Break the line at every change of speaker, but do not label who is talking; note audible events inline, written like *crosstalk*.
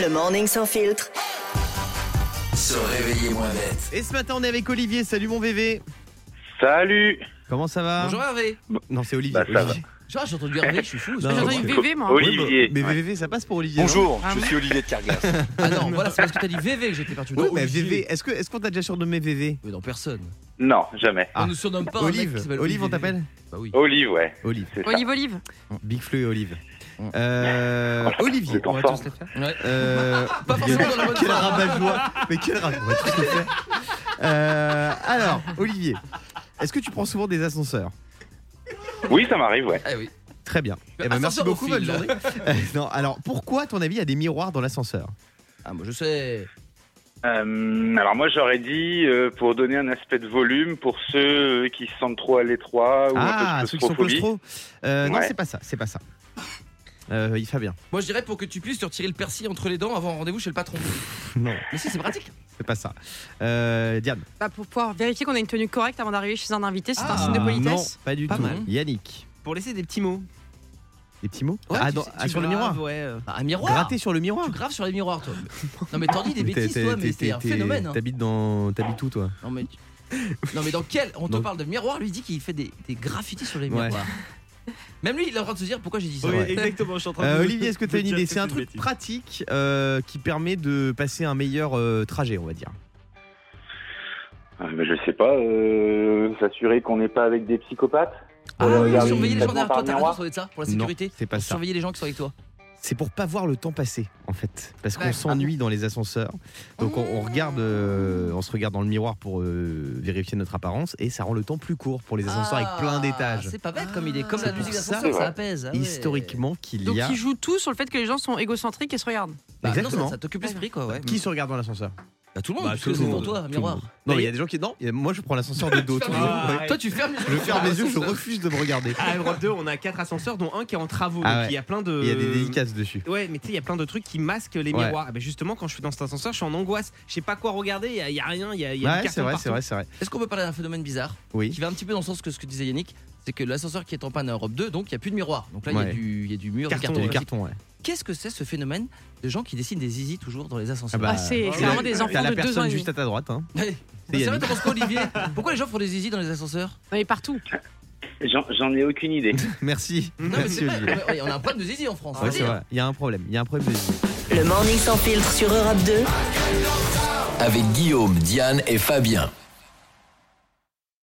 Le morning sans filtre.
Se réveiller moins bête.
Et ce matin, on est avec Olivier. Salut mon bébé.
Salut
Comment ça va
Bonjour Hervé.
Non, c'est Olivier.
Bah, ça
Olivier.
Genre, j'ai entendu Hervé, je suis fou.
Non,
J'ai entendu
parce
que-
VV, moi.
Olivier.
Mais VV, ça passe pour Olivier.
Bonjour,
Ah,
je
merde.
suis Olivier de Carglass.
Ah non, voilà, c'est parce que t'as dit VV que j'étais perdu.
non Oui,
Non,
mais
Olivier.
VV, est-ce que- est-ce qu'on t'a déjà surnommé VV
Mais non, personne.
*laughs* Non, jamais.
Ah.
On nous surnomme pas. un mec qui
Olive,
s'appelle
Olive, on
VV.
t'appelle
Bah oui.
Olive, ouais.
Olive.
c'est ça.
Olive, olive.
Big Fleu et Olive.
Mm.
Euh, Olivier,
C'est en
on va
forme.
tous les faire.
Ouais. Ah,
Euh,
*laughs* Pas forcément dans la bonne
quel
forme.
rabat-joie Mais quel rabat On va tous les faire. Euh, alors, Olivier, est-ce que tu prends souvent des ascenseurs
Oui, ça m'arrive, ouais.
Ah oui.
Très bien. Eh ben, merci
Ascenseur au
beaucoup,
fil.
bonne journée. *laughs* non, alors, pourquoi, à ton avis, il y a des miroirs dans l'ascenseur
Ah, moi je sais.
Euh, alors moi j'aurais dit euh, pour donner un aspect de volume pour ceux euh, qui se sentent trop à l'étroit ou un
Ah,
peu de
ceux qui sont
claustrophobie.
claustro Euh, Non,
Ouais.
c'est pas ça, c'est pas ça. Euh, il fait bien. *laughs*
Moi je dirais pour que tu puisses te retirer le persil entre les dents avant un rendez-vous chez le patron.
Non,
Mais si, c'est pratique.
c'est pas ça. Euh, Diane.
Bah, pour pouvoir vérifier qu'on a une tenue correcte avant d'arriver chez un invité, c'est
Ah,
un signe de
Non,
politesse.
pas du
Pas
tout.
mal.
Yannick.
pour laisser des petits mots.
Des petits mots
Ouais,
Ah,
tu
dans-
sais,
ah,
tu
sur le
graves,
miroir
Ouais. euh,
Ah, un miroir.
Gratter sur le miroir
Tu graves sur les miroirs, toi. Non, mais t'en dis des bêtises,
T'es-
toi,
t'es-
mais c'est un
t'es-
phénomène. hein.
T'habites dans. T'habites où, toi
Non, mais. Non, mais dans quel. On te
Donc-
parle de miroir, lui il dit qu'il fait des, des graffitis sur les
Ouais.
miroirs. Même lui, il a le droit de se dire pourquoi j'ai dit ça.
oui,
ouais.
exactement, je suis en train
Euh,
de-
Olivier, est-ce que
de
t'as une
dire
idée
que
C'est un truc
bêtise.
pratique euh, qui permet de passer un meilleur euh, trajet, on va dire.
Euh, mais je sais pas, euh, s'assurer qu'on n'est pas avec des psychopathes.
Oh
Ah,
Voilà,
oui,
regarde,
surveiller les gens
ça
derrière
prend
toi,
par
t'as raison,
miroir.
ça doit être ça, pour la
Non,
sécurité.
c'est pas
Pour
ça.
surveiller les gens qui sont avec toi.
C'est pour pas voir le temps passer, en fait, parce qu'on
Ouais.
s'ennuie dans les ascenseurs. Donc on, on regarde, euh, on se regarde dans le miroir pour euh, vérifier notre apparence et ça rend le temps plus court pour les ascenseurs avec plein
Ah,
d'étages.
C'est pas bête comme idée. Comme
C'est
la
pour
musique
ça,
d'ascenseur, ça,
ouais.
apaise. ah ouais.
Historiquement, qu'il
Donc,
y a
ils jouent tout sur le fait que les gens sont égocentriques et se regardent.
Bah, non, ça-
exactement.
ça, t'occupe l'esprit, quoi. Ouais.
qui se regarde dans l'ascenseur.
Bah, tout le monde,
Bah,
parce que
tout le
c'est pour
monde,
toi, un
tout le
miroir.
monde. Non, mais il y a des gens qui non. il y a- Moi, je prends l'ascenseur de dos. toujours.
Ah,
Ouais.
ouais.
Toi, tu fermes les
Je ferme les yeux, je refuse de me regarder.
À Europe 2, on a quatre ascenseurs, dont un qui est en travaux.
Ah
donc
ouais.
il y a plein de.
Il y a des dédicaces dessus.
Ouais, mais tu sais, il y a plein de trucs qui masquent les
Ouais.
miroirs. Ah bah justement, quand je suis dans cet ascenseur, je suis en angoisse. Je sais pas quoi regarder, il y a- il y, a rien, il y a, il y a du
Ouais, c'est
carton
vrai,
partout.
c'est vrai, c'est vrai.
Est-ce qu'on peut parler d'un phénomène bizarre
Oui.
qui va un petit peu dans le sens que ce que disait Yannick C'est que l'ascenseur qui est en panne à Europe 2, donc il n'y a plus de miroir. Donc là, il y a
Ouais.
du- il y, a du mur,
Carton,
du
Du
carton.
carton, ouais.
Qu'est-ce que c'est ce phénomène de gens qui dessinent des zizi toujours dans les ascenseurs
Bah,
Ah, c'est
ouais.
c'est vraiment des
T'as
enfants
la
de deux ans
personne
et demi.
juste à ta droite. hein.
Ouais.
C'est
C'est vrai,
Yannick.
t'en penses quoi, Olivier Pourquoi les gens font des zizi dans les
*laughs*
ascenseurs
Non, mais partout.
J'en j'en ai aucune idée.
Merci.
Non, mais
Merci,
c'est vrai,
Olivier.
ouais, on a un problème de zizi en France.
Ouais,
faut
c'est
dire.
vrai. Il y a un problème. Il y a un problème. de-
Le morning sans filtre sur Europe 2.
Avec Guillaume, Diane et Fabien.